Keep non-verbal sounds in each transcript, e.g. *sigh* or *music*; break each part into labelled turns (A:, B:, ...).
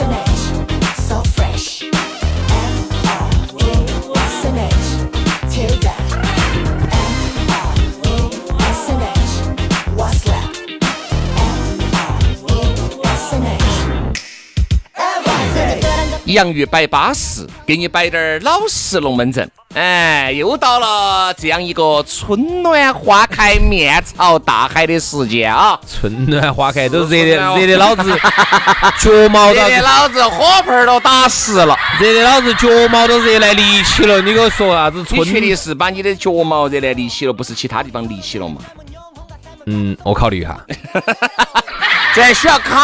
A: So fresh, F-R-E-S-N-H, till death. F-R-E-S-N-H, what's left? F-R-E-S-N-H,
B: 洋芋摆巴适，给你摆点儿老实龙门阵。哎，又到了这样一个春暖花开、面朝大海的时间啊！
C: 春暖花开都
B: 是
C: 热
B: 春
C: 的，
B: 暖花
C: 热的老
B: *laughs*
C: 子脚毛
B: 热
C: 都
B: 得老子火盆儿都打湿了。
C: 热的老子脚毛都热来立起了。你给我说啥子
B: 你
C: 春？
B: 确定是把你的脚毛热来立起了，不是其他地方立起了吗？
C: 嗯，我考虑一下。
B: 这需要考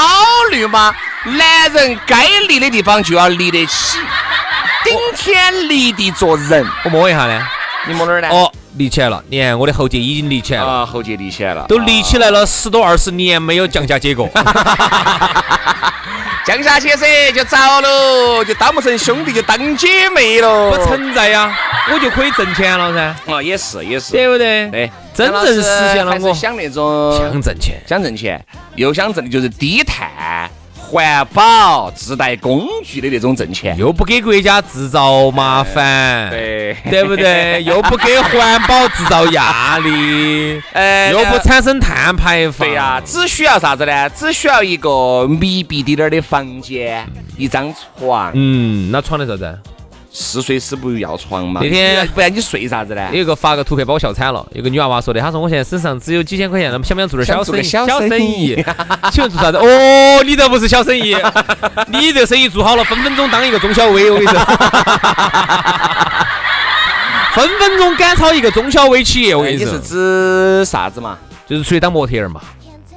B: 虑吗？男人该立的地方就要立得起，顶天立地做人。
C: 我摸一下呢。
B: 你摸哪儿呢？
C: 哦，立起来了。你看我的喉结已经立起来了，
B: 啊，喉结立起来了，
C: 都立起来了十多二十年没有降价结
B: *laughs*
C: 果。
B: 降下去噻，就糟喽，就当不成兄弟，就当姐妹喽。
C: 不存在呀，我就可以挣钱了噻，
B: 啊，也是也是，
C: 对不对？
B: 对，
C: 真正实现了
B: 还是
C: 我
B: 想那种
C: 想挣钱。
B: 想挣钱，又想挣的就是低碳、环保、自带工具的那种挣钱。
C: 又不给国家制造麻烦，
B: 对
C: 对不对？又不给环保制造压
B: *laughs*
C: 力，
B: 呃
C: 又不产生碳排放。
B: 对呀、只需要啥子呢？只需要一个密闭滴点儿的房间，一张床，
C: 嗯，那闯的啥子？
B: 是睡是不要床嘛。
C: 那天
B: 不然你睡啥子呢？
C: 有一个发个图片把我笑惨了，有个女娃娃说的，她说我现在身上只有几千块钱，那么想不想做点
B: 想
C: 小生
B: 做
C: 意？
B: 个小生
C: 生
B: 意
C: 意，
B: *laughs*
C: 请问做啥子？哦，你这不是小生意，你这生意做好了，分分钟当一个中小微，我跟你说， *laughs* 分分钟赶超一个中小微企业，我
B: 哎
C: 跟
B: 你
C: 你说
B: 是，指啥子嘛？
C: 就是出去当模特儿嘛，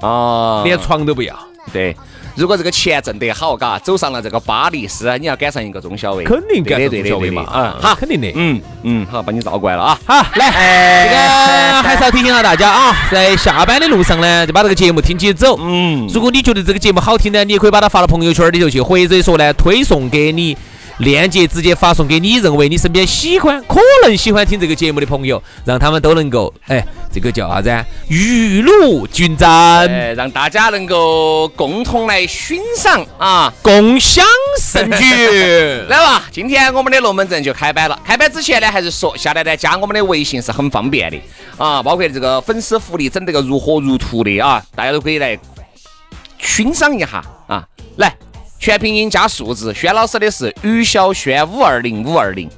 B: 哦，
C: 连床都不要。
B: 对，如果这个钱挣得好，嘎，走上了这个巴黎，是啊你要赶上一个中小微，
C: 肯定赶上
B: 对的
C: 中
B: 对的
C: 小微
B: 对的
C: 嘛，
B: 嗯，
C: 啊，
B: 好，
C: 肯定的。
B: 嗯嗯，好，把你绕过来了啊。
C: 好，来，这个还是要提醒下大家啊， *laughs* 在下班的路上呢，就把这个节目听起走。
B: 嗯，
C: 如果你觉得这个节目好听呢，你也可以把它发到朋友圈里头去，或者说呢，推送给你。链接直接发送给你认为你身边喜欢、可能喜欢听这个节目的朋友，让他们都能够，哎，这个叫啥子啊？雨露均沾，
B: 哎，让大家能够共同来欣赏啊。。
C: 共享盛举
B: 来吧，今天我们的龙门阵就开摆了。开摆之前呢，还是说下来呢，加我们的微信是很方便的啊，包括这个粉丝福利整得个如火如荼的啊，大家都可以来欣赏一下啊。来，全拼音加数字，轩老师的是于小轩五二零五二零，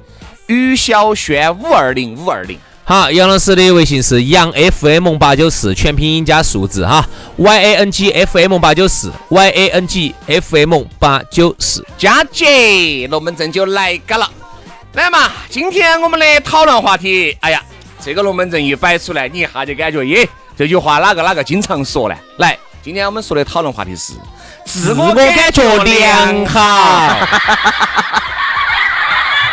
B: 于小轩五二零五二零。
C: 好，杨老师的微信是杨 FM 八九四，全拼音加数字哈，Y A N G F M 八九四，Y A N G F M 八九四。
B: 佳姐，龙门阵就来嘎了。来嘛，今天我们的讨论话题，哎呀，这个龙门阵一摆出来，你一下就感觉，耶，这句话哪个哪个经常说呢？来，今天我们说的讨论话题是自
C: 我感觉良好。 *laughs*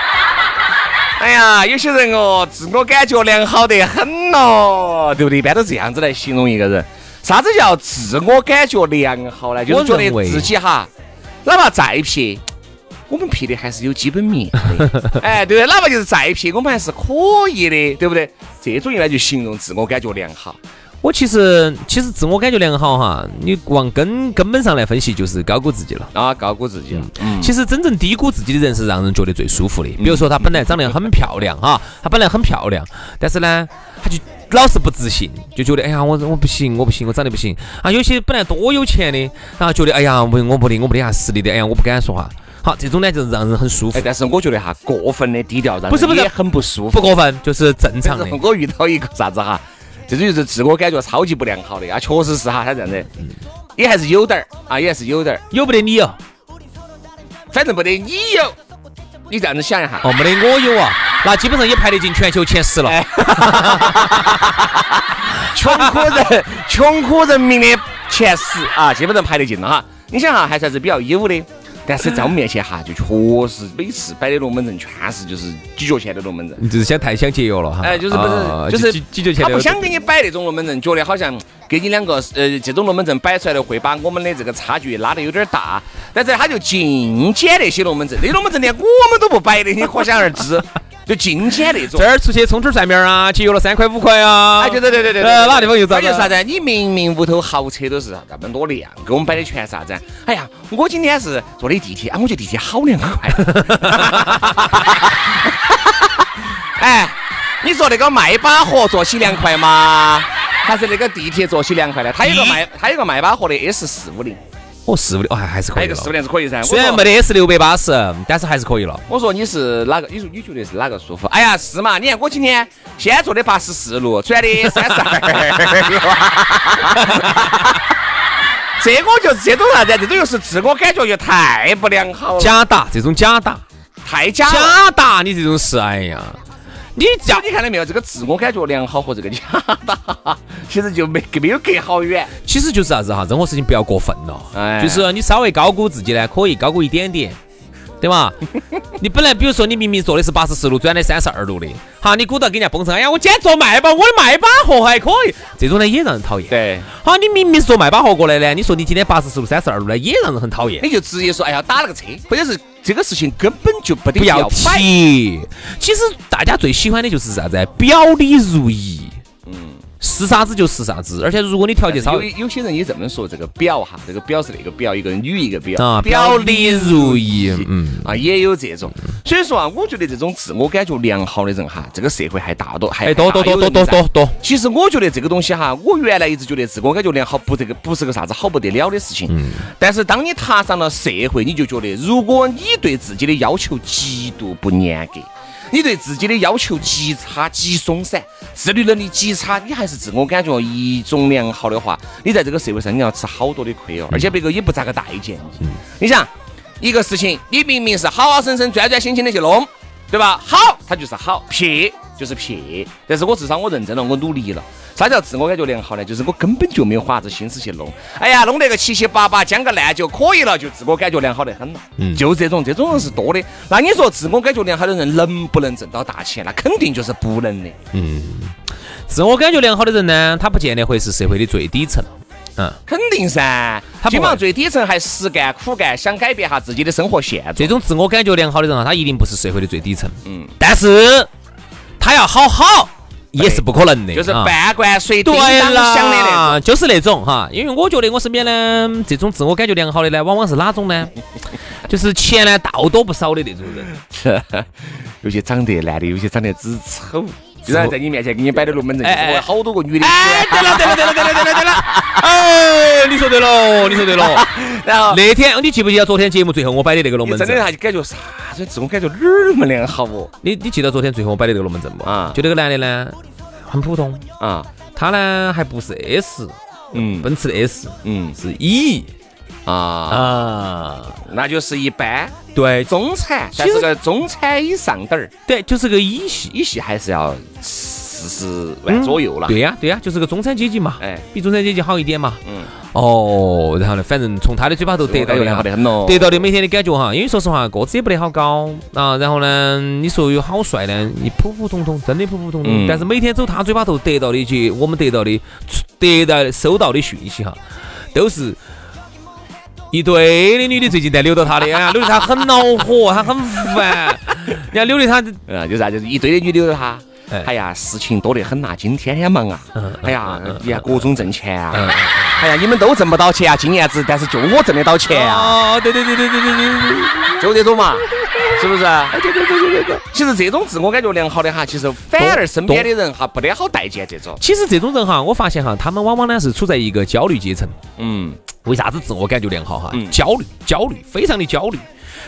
B: 哎呀，有些人哦，自我感觉良好得很咯，对不对？一般都这样子来形容一个人。啥子叫自我感觉良好呢？就是觉
C: 我认
B: 得
C: 为
B: 自己哈，哪怕再撇，我们撇的还是有基本面
C: *laughs*
B: 的。哎，对不对？哪怕就是再撇，我们还是可以的，对不对？这种一般就形容自我感觉良好。
C: 我其实呃其实自我感觉良好哈，你往根根本上来分析，就是高估自己了。
B: 啊，高估自己了。嗯，
C: 其实真正低估自己的人是让人觉得最舒服的。比如说她本来长得很漂亮哈，她本来很漂亮，但是呢，她就老是不自信，就觉得哎呀，我我不行，我不行，我长得不行啊。有些本来多有钱的，然后觉得哎呀，我我没得我没得啥实力的，哎呀，我不敢说话。好，这种呢就是让人很舒服
B: 哎，，但是我觉得哈，过分的低调让人
C: 不是不是
B: 也很不舒
C: 不
B: 服。
C: 过分，就是正常的。
B: 但是我遇到一个啥子哈，这种就是自我感觉超级不良好的，啊，确实是哈，他这样子，
C: 嗯
B: 也还是有点儿啊，也还是有点儿，
C: 有没得你哦？
B: 反正没得你有，你这样子想一下，
C: 哦，没得我有啊，那基本上也排得进全球前十了。
B: 穷苦人穷苦人民的前十啊，基本上排得进了哈。你想哈，还算是比较优的。但是在我们面前哈，就确实每次摆的龙门阵全是就是几角钱的龙门阵，
C: 你就是想太想节约了哈。
B: 哎，就是不
C: 啊
B: 是，就是
C: 几几九千
B: 他
C: 的
B: 不想给你摆那种龙门阵，觉得好像给你两个呃这种龙门阵摆出来的会把我们的这个差距拉得有点大，但是他就尽捡那些龙门阵，那龙门阵连我们都不摆的，你可想而知，就尽捡那种
C: 这。儿出去充点蒜面儿啊，节约了三块五块啊。
B: 哎，对对对对对，
C: 呃，哪个地方又咋
B: 而且啥子？你明明屋头豪车都是那么多辆，给我们摆的全是啥子？哎呀，我今天是坐的地铁，啊，我觉得地铁好凉快。 *laughs* 哎，你说那个迈巴赫坐起凉快吗？还是那个地铁坐起凉快呢？它有个迈，它有个迈巴赫的 S 四五零，
C: 哦，四五六，哎，还是可
B: 还有
C: 以
B: 个四五
C: 了。
B: 零是可以噻。我
C: 虽然
B: 说
C: 没得 S 六百八十，但是还是可以了。
B: 我说你是哪个？你说你觉得是哪个舒服？哎呀，是嘛？你看我今天先坐的八十四路，转的三十
C: *laughs*
B: 二。这个就是这种啥子？这种又是自我感觉又太不良好了，
C: 假打这种假打，
B: 太假了。
C: 假打你这种事，哎呀，你
B: 所
C: 假
B: 以你看到没有？这个自我感觉良好和这个假的，其实就没没有隔好远。
C: 其实就是啥子哈，任何事情不要过分了，
B: 哎
C: 就是你稍微高估自己呢，可以高估一点点。对
B: *laughs*
C: 吧？你本来比如说你明明坐的是八十四路，转的三十二路的，哈，你鼓捣给人家崩成，哎呀，我今天坐迈巴，我的迈巴赫还可以，这种呢也让人讨厌。
B: 对，
C: 好，你明明是坐迈巴赫过来的，你说你今天八十四路、三十二路呢，也让人很讨厌。
B: 你就直接说，哎呀，打了个车，或者是这个事情根本就不得
C: 不要
B: 要摆。
C: 提，其实大家最喜欢的就是啥子？表里如一，嗯，是啥子就是啥子。而且如果你条件稍
B: 有
C: 微
B: 有些人也这么说，这个表哈，这个表是那个表，一个女一个表
C: 啊，表里如一，嗯。
B: 啊，也有这种。所以说啊，我觉得这种自我感觉良好的人哈，这个社会还大多还
C: 哎，多多多多多。
B: 还大有
C: 多
B: 人在
C: 多，
B: 其实我觉得这个东西哈，我原来一直觉得自我感觉良好不这个不是个啥子好不得了的事情。但是当你踏上了社会，你就觉得，如果你对自己的要求极度不严格，你对自己的要求极差、极松散，自律能力极差，你还是自我感觉一种良好的话，你在这个社会上你要吃好多的亏哦，而且别个也不咋个待见你。你想，一个事情，你明明是好好生生、专专心心的去弄，对吧？好，它就是好；撇就是撇。但是我至少我认真了，我努力了。啥叫自我感觉良好呢？就是我根本就没有花啥子心思去弄。哎呀，弄得个七七八八，将个烂就可以了，就自我感觉良好得很了。嗯，就这种，这种人是多的。那你说自我感觉良好的人能不能挣到大钱？那肯定就是不能的。
C: 自我感觉良好的人呢，他不见得会是社会的最底层，嗯，
B: 肯定噻，
C: 他不会
B: 基本上最底层还实干苦干，想改变下自己的生活现
C: 这
B: 状。
C: 种自我感觉良好的人啊，他一定不是社会的最底层，嗯，但是他要好好也是不可能的，
B: 哎就是
C: 啊
B: 半罐水叮
C: 对
B: 当响的那种。
C: 啦，就是那种哈，因为我觉得我身边呢，这种自我感觉良好的呢，往往是哪种呢？ *laughs* 就是钱呢到多不少的那种人，
B: *laughs* 有些长得男的，有些长得只丑，就在在你面前给你摆的龙门阵，
C: 哎哎哎
B: 我好多个女的，
C: 哎，对了，对了，对了，对了，对了，对了，哎，你说对了，你说对了。
B: *laughs* 然后
C: 那天你记不记得昨天节目最后我摆的那个龙
B: 你
C: 门
B: 真的
C: 阵？
B: 还就感觉啥子，自我感觉哪儿那么良好哦，
C: 你你记得昨天最后我摆的那个龙门阵不？
B: 啊
C: 就那个男的呢，很普通，
B: 啊，
C: 他呢还不是 S，
B: 嗯
C: 奔驰的 S
B: 嗯
C: 是 E
B: 啊，
C: 啊，
B: 那就是一般
C: 对
B: 中产，算
C: 其实
B: 是个中产以上点儿，
C: 对，就是个 E 系。
B: 一系还是要四十万左右了，
C: 对呀、对呀、就是个中产阶级嘛，
B: 哎
C: 比中产阶级好一点嘛。
B: 嗯，哎
C: 哦，然后呢，反正从他的嘴巴头得
B: 得
C: 到
B: 到
C: 的
B: 良
C: 哈
B: 好，的很咯，
C: 得到的每天的感觉啊哈，因为说实话，个子也不得好高啊，然后呢，你说有好帅呢，你普普通通，真的普普通通。
B: 嗯
C: 但是每天走他嘴巴头得到的一些我们得到的、得到收到的讯息哈，都是。一堆的女的最近在扭到他的，哎呀，扭得他很恼火，他很烦，人家扭得他
B: 嗯，就是啥，就是一堆的女的有他
C: 哎。
B: 哎呀，事情多得很呐、今天天忙啊！哎呀，你看各种挣钱啊！哎呀，你们都挣不到钱啊，今年子，但是就我挣得到钱啊！
C: 哦，对对对对对对对，
B: *laughs* 就这种嘛。是不是？哎对对对对对。其实这种自我感觉良好的哈，其实反而身边的人哈不得好待见这种。
C: 其实这种人哈，我发现哈，他们往往呢是处在一个焦虑阶层。
B: 嗯，
C: 为啥子自我感觉良好哈？
B: 嗯
C: 焦虑，焦虑，非常的焦虑。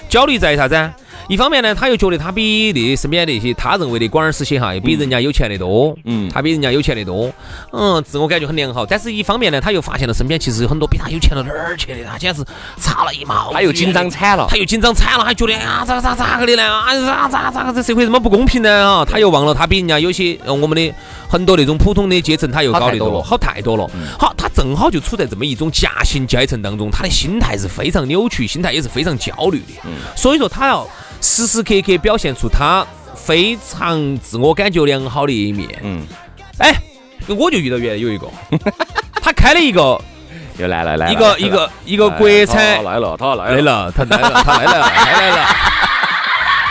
C: 焦虑在于啥子啊？一方面呢，他又觉得他比那身边那些他认为的广而思些哈，又比人家有钱的多，
B: 嗯
C: 他比人家有钱的多，嗯，自我感觉很良好。但是一方面呢，他又发现了身边其实有很多比他有钱到哪儿去的，他简直差了一毛钱。
B: 他又紧张惨了。
C: 他又紧张惨了，他觉得啊咋咋咋个的呢？啊咋咋咋个这社会怎么不公平呢？啊，他又忘了他比人家有些呃我们的很多那种普通的阶层，他又高得多了，好太多了。
B: 嗯
C: 好，他正好就处在这么一种夹心阶层当中，他的心态是非常扭曲，心态也是非常焦虑的。
B: 嗯
C: 所以说，他要时时刻刻表现出他非常自我感觉良好的一面。
B: 嗯，
C: 哎，我就遇到原来有
B: *laughs*
C: 一个，他开了一个
B: *laughs* 又来了来了哎
C: 一个一个一个国产。
B: 来了他来
C: 来。了，他来了，他来了，他来了。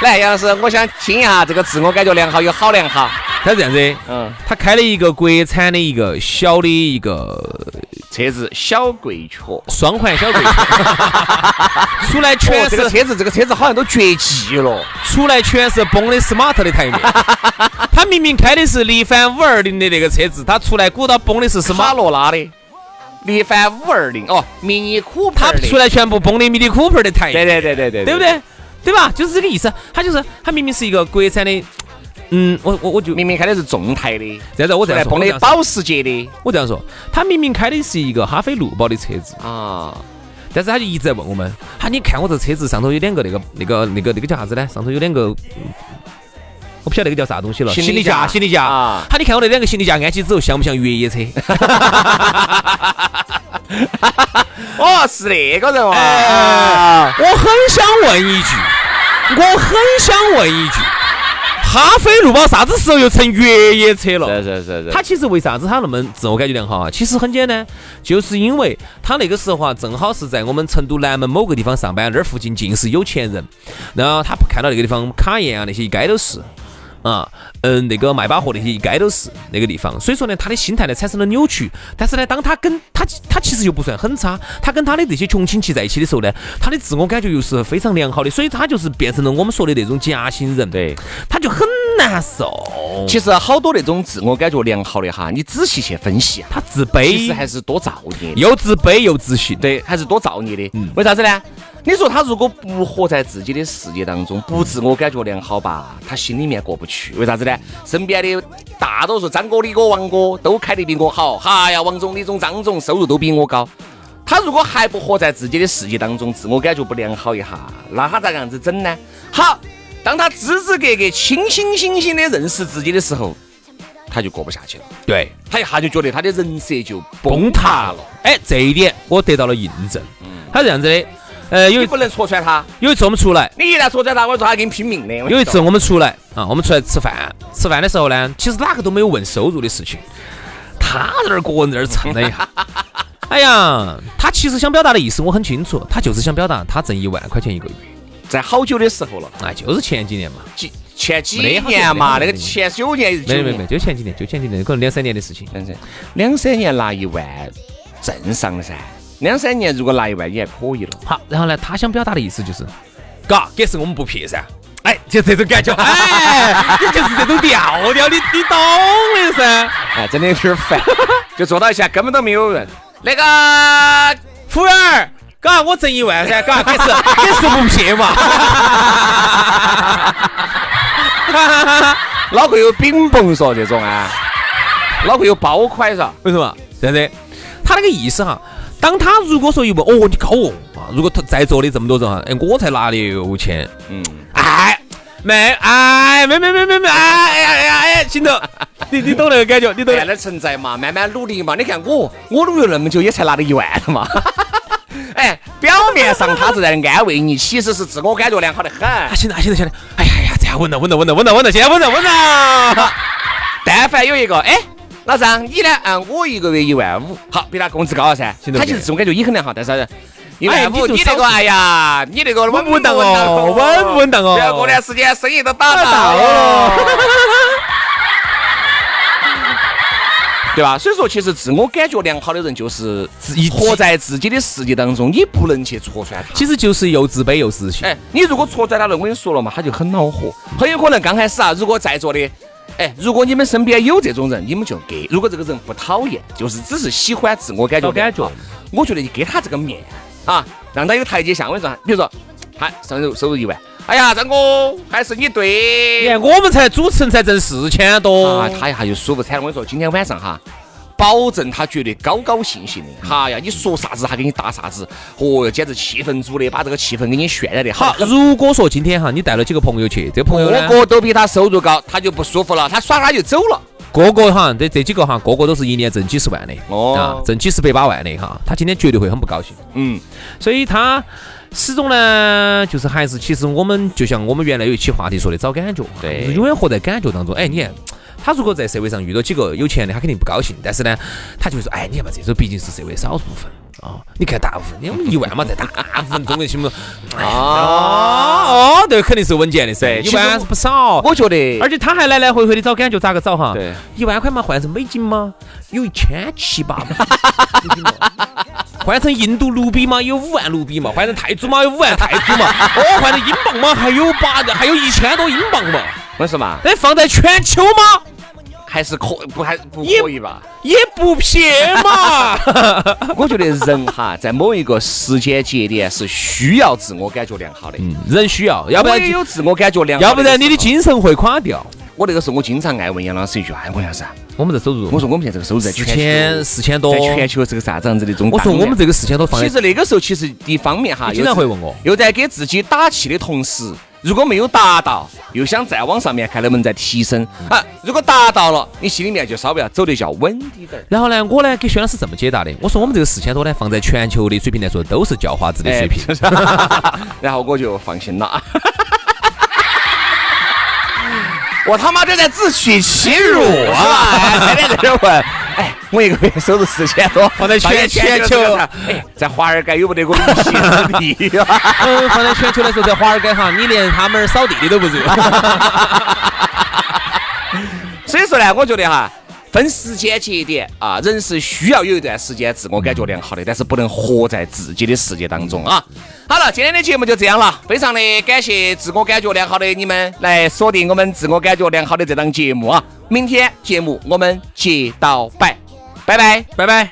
B: 来，杨老师，我想听一下这个自我感觉良好有好良好。
C: *laughs* 他这样子，
B: 嗯，
C: 他开了一个国产的一个小的一个
B: *laughs* 车子小贵雀。
C: 双环小
B: *laughs*
C: 柜，出来
B: 哦
C: 全，
B: 这个
C: 是
B: 车子，这个车子好像都绝迹了。
C: 出来全是崩的 smart 的
B: *laughs*
C: 台面。他明明开的是力帆五二零的那个车子，他出来鼓捣崩的是
B: 马
C: smart，
B: 罗拉的力帆五二零哦，迷你酷派
C: 他
B: 儿的。
C: 出来全部崩的 Mini Cooper 的台
B: 对
C: 面，
B: 对对对对，
C: 对不？对？对吧？就是这个意思。他就是他明明是一个国产的，嗯，我我我就
B: 明明开的是众泰的，
C: 这样子，我这
B: 出来
C: 样说，
B: 蹦
C: 我这
B: 的
C: 样说，
B: 保时捷的
C: 我这样说，他明明开的是一个哈飞路宝的车子。
B: 啊，
C: 但是他就一直在问我们，哈，你看我这车子上头有两个那个那个那个那个叫啥子呢？上头有两个，嗯我不晓得那个叫啥东西了，
B: 行李
C: 行李
B: 架
C: 架，行李架。
B: 啊
C: 哈，你看我那两个行李架安起之后像不像越野
B: *laughs*
C: 车？
B: 哦，是那个人
C: 哎
B: 啊，
C: 我很想问一句，我很想问一句，哈飞路宝啥子时候又成越野车了？
B: 是是是是，
C: 他其实为啥子他那么自我感觉良好啊？其实很简单，就是因为他那个时候啊，正好是在我们成都南门某个地方上班，那儿附近尽是有钱人。然后他看到那个地方卡宴啊那些一街都是，啊，嗯，那个迈巴赫那些一街都是那个地方。所以说呢，他的心态呢产生了扭曲。但是呢，当他跟他他其实又不算很差，他跟他的这些穷亲戚在一起的时候呢，他的自我感觉又是非常良好的，所以他就是变成了我们说的那种夹心人，
B: 对。
C: 他就很难受。
B: 其实好多那种自我感觉良好的哈，你仔细去分析啊，
C: 他自卑，
B: 其实还是多造孽的，
C: 又自卑又自信。
B: 对，还是多造孽的。为啥子呢？你说他如果不活在自己的世界当中，不自我感觉良好吧，他心里面过不去。为啥子呢？身边的大多数张哥、李哥、王哥都开得比我好，哈呀，王总、李总、张总收入都比我高。他如果还不活在自己的世界当中，自我感觉不良好一下，那他咋个样子整呢？好，当他支支格格、清清醒醒的认识自己的时候，他就过不下去了。
C: 对，
B: 他一下就觉得他的人设就崩
C: 崩
B: 塌
C: 塌
B: 了
C: 了。。哎，这一点我得到了印证。他这样子的，呃，有
B: 你
C: 一
B: 不能戳穿他，
C: 有一次我们出来，
B: 你一旦戳穿他，我说他跟你拼命的。我跟你
C: 有一次
B: 说
C: 我们出来啊，我们出来吃饭，吃饭的时候呢，其实哪个都没有问收入的事情，他在那儿个人在那儿蹭了一下。 *laughs* 哎呀，他其实想表达的意思我很清楚，他就是想表达他挣一万块钱一个月，
B: 在好久的时候了，
C: 啊，就是前几年嘛，
B: 几前几
C: 没得好久
B: 年嘛，
C: 没得
B: 那个前九年、
C: 没
B: 九
C: 有没有没有，
B: 年，
C: 就前几年，就前几年，可能两三年的事情。
B: 两三两三年拿一万，正常的噻。两三年如果拿一万，也还可以了。
C: 好，然后呢，他想表达的意思就是，嘎，给是我们不撇噻。哎，就这种感觉， *laughs* 哎，你就是这种调调，你你懂的噻。
B: 哎，真的有点烦，就坐到一下啊根本都没有人。那个
C: 服务员儿，嘎，我挣一万噻，嘎，给是 *laughs* 给是不撇嘛。
B: 脑壳有冰崩嗦，这种啊，脑壳有包块嗦。
C: 为什么？这样子，他那个意思哈，当他如果说一问，哦，你高哦，啊，如果他在座的这么多人哈，哎，我才拿六千，
B: 嗯，
C: 哎，没，哎，没没没没没，哎哎哎哎，心头，你你懂那个感觉，你懂那个
B: 慢点存在嘛，慢慢努力嘛。你看我，我努力了那么久，也才拿了一万了嘛。 *laughs* 哎，表面上他是在安慰你，其实是自我感觉良好的很。
C: 啊，行了，行了，行了，哎呀哎呀，这样稳了，稳了，稳了，稳了，稳了，现在稳了，稳了。
B: 但凡有一个，哎，老张，你呢？嗯，我一个月一万五，好，比他工资高啊噻。
C: 行得不
B: 他其实自我感觉也很良好，但是一万
C: 哎
B: 五，
C: 你就
B: 你那个，
C: 少
B: 哎呀，你那个稳
C: 稳当哦稳稳当哦哦
B: 不要过段时间生意都打
C: 打
B: 到
C: 到
B: 了
C: 了。
B: *laughs* 对吧？所以说，其实自我感觉良好的人就是自己活在自己的世界当中，你不能去戳穿他。
D: 其实就是又自卑又自信。
B: 哎，你如果戳穿他了，我跟你说了嘛，他就很恼火。很有可能刚开始啊，如果在座的，哎，如果你们身边有这种人，你们就给；如果这个人不讨厌，就是只是喜欢自我感觉
D: 找感
B: 良
D: 觉
B: 好，我觉得你给他这个面啊，让他有台阶下。我跟你说，比如说，他收入收入一万，哎呀，张哥，还是你对。
D: 你
C: 哎
D: 看我们才主持人才挣四千多
B: 哎啊，，他一下就舒服惨了。我跟你说，今天晚上哈，保证他绝对高高兴兴的。
D: 嗯
B: 哈呀，你说啥子他给你答啥子，哦哟，简直气氛组的，把这个气氛给你渲染的
D: 好
B: 好，。
D: 如果说今天哈，你带了几个朋友去，这朋友
B: 个
D: 呢，
B: 个都比他收入高，他就不舒服了，他耍他就走了。
D: 个个哈，这这几个哈，个个都是一年挣几十万的，
B: 哦
D: 啊，挣几十百八万的哈，他今天绝对会很不高兴。
B: 嗯，
D: 所以他始终呢，就是还是其实我们就像我们原来有一期话题说的，找感觉，
B: 对
D: 就是永远活在感觉当中。哎，你看。他如果在社会上遇到几个有钱的，他肯定不高兴。但是呢，他就会说：“哎，你看嘛，这种毕竟是社会少数部分啊、你看大部分，你看我们一万嘛，在大部分中国人心目中，哎哦哦，对，肯定是稳健的噻，
B: 啊对
D: 一万
B: 其实我
D: 不少。
B: 我觉得，
D: 而且他还来来回回的找感觉，咋个找哈？
B: 对，
D: 一万块嘛换成美金吗？有一千七八嘛。 *laughs* 换成印度卢比嘛，有五万卢比嘛；换成泰铢嘛，有五万泰铢嘛； *laughs* 哦，换成英镑嘛，还有八，还有一千多英镑嘛。
B: 我说嘛，
D: 哎，放在全球嘛，
B: 还是可不还不
D: 也
B: 可以吧？
D: 也不撇嘛。哎
B: 我觉得人哈，在某一个时间节点是需要自我感觉良好的，
D: *laughs* 人需要，要不
B: 我
D: 然
B: 也有自我感觉良好，
D: 要不然你的，精神会垮掉。
B: 我那个时候我经常爱问杨老师一句，哎，我杨老师啊，
D: 我们的收入
B: 我说我们现在这个收入在
D: 四
B: 全
D: 千
B: 球。
D: 四千多
B: 在，全球是个啥子样子的这种
D: 我
B: 当
D: 说
B: 量？
D: 我们这个四千多放在
B: 其实那个时候，其实一方面哈，
D: 你经常会问我
B: 又在给自己打气的同时，如果没有达到，又想再往上面看能不能再提升啊。如果达到了，你心里面就稍微要走得较稳一点儿。
D: 然后呢，我呢给薛老师这么解答的，我说我们这个四千多呢，放在全球的水平来说，都是叫花子的水平。
B: 哎，然后我就放心了。我他妈这在自取其辱啊！哎天天在这问，哎，我一个月收入四千多，
D: 放在全全球
B: 哎，在华尔街有没得我一席之地啊？
D: *laughs* 嗯，放在全球来说，在华尔街哈，你连他们扫地的都不如。
B: 所以说呢，我觉得哈，分时间节点啊，人是需要有一段时间自我感觉良好的，但是不能活在自己的世界当中啊。好了，今天的节目就这样了，非常的感谢自我感觉良好的你们来锁定我们自我感觉良好的这档节目啊。明天节目我们接到摆，拜拜。
D: 拜拜。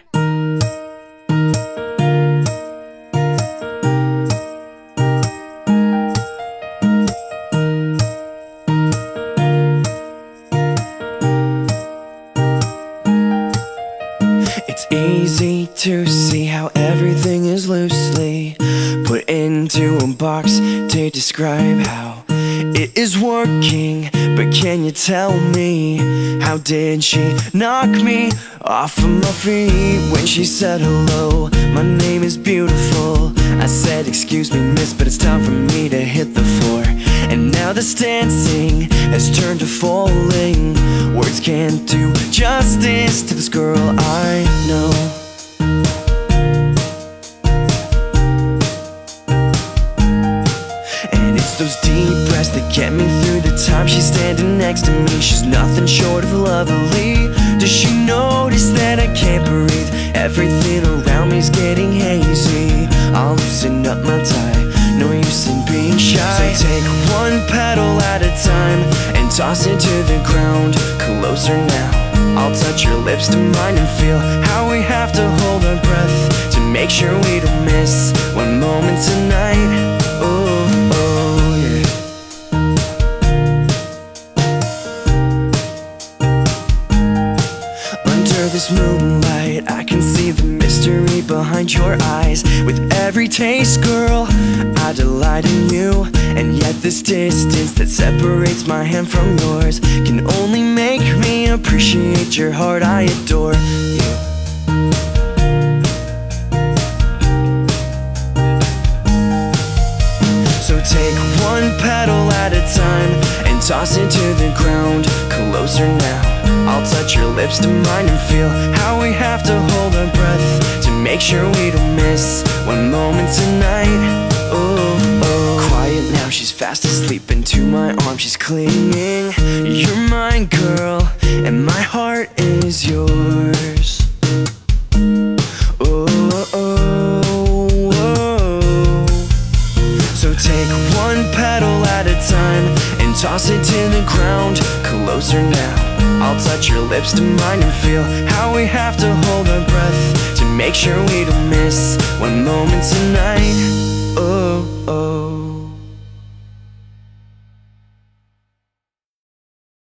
E: It's easy to see how everything is loosely put into a box to describe how it is working. But can you tell me how did she knock me off of my feet when she said hello? My name is beautiful. I said, Excuse me, miss, but it's time for me to hit the floor. And now this dancing has turned to falling. Words can't do justice to this girl I know. And it's those deep breaths that get me through the time she's standing next to me. She's nothing short of lovely. Does she notice that I can't breathe? Everything around me's getting hazy. I'll loosen up my tie. No use in being shy. So take one petal at a time and toss it to the ground. Closer now. I'll touch your lips to mine and feel how we have to hold our breath to make sure we don't miss one moment tonight. Ooh, oh, yeah. Under this moonlight, I can see the mystery behind your eyes. With every taste, girl, I delight in you. And yet, this distance that separates my hand from yours can only make me appreciate your heart. I adore you. So take one petal at a time and toss it to the ground. Closer now. I'll touch your lips to mine and feel how we have to hold our breath to make sure we don't miss one moment tonight. Ooh, oh. Quiet now, she's fast fast asleep into my arms. She's clinging. You're mine, girl, and my heart is yours. Oh, oh, oh, oh. So take one petal at a time and toss it to the ground. Closer now. I'll touch your lips to mine and feel how we have to hold our breath to make sure we don't miss one moment tonight. Oh, oh.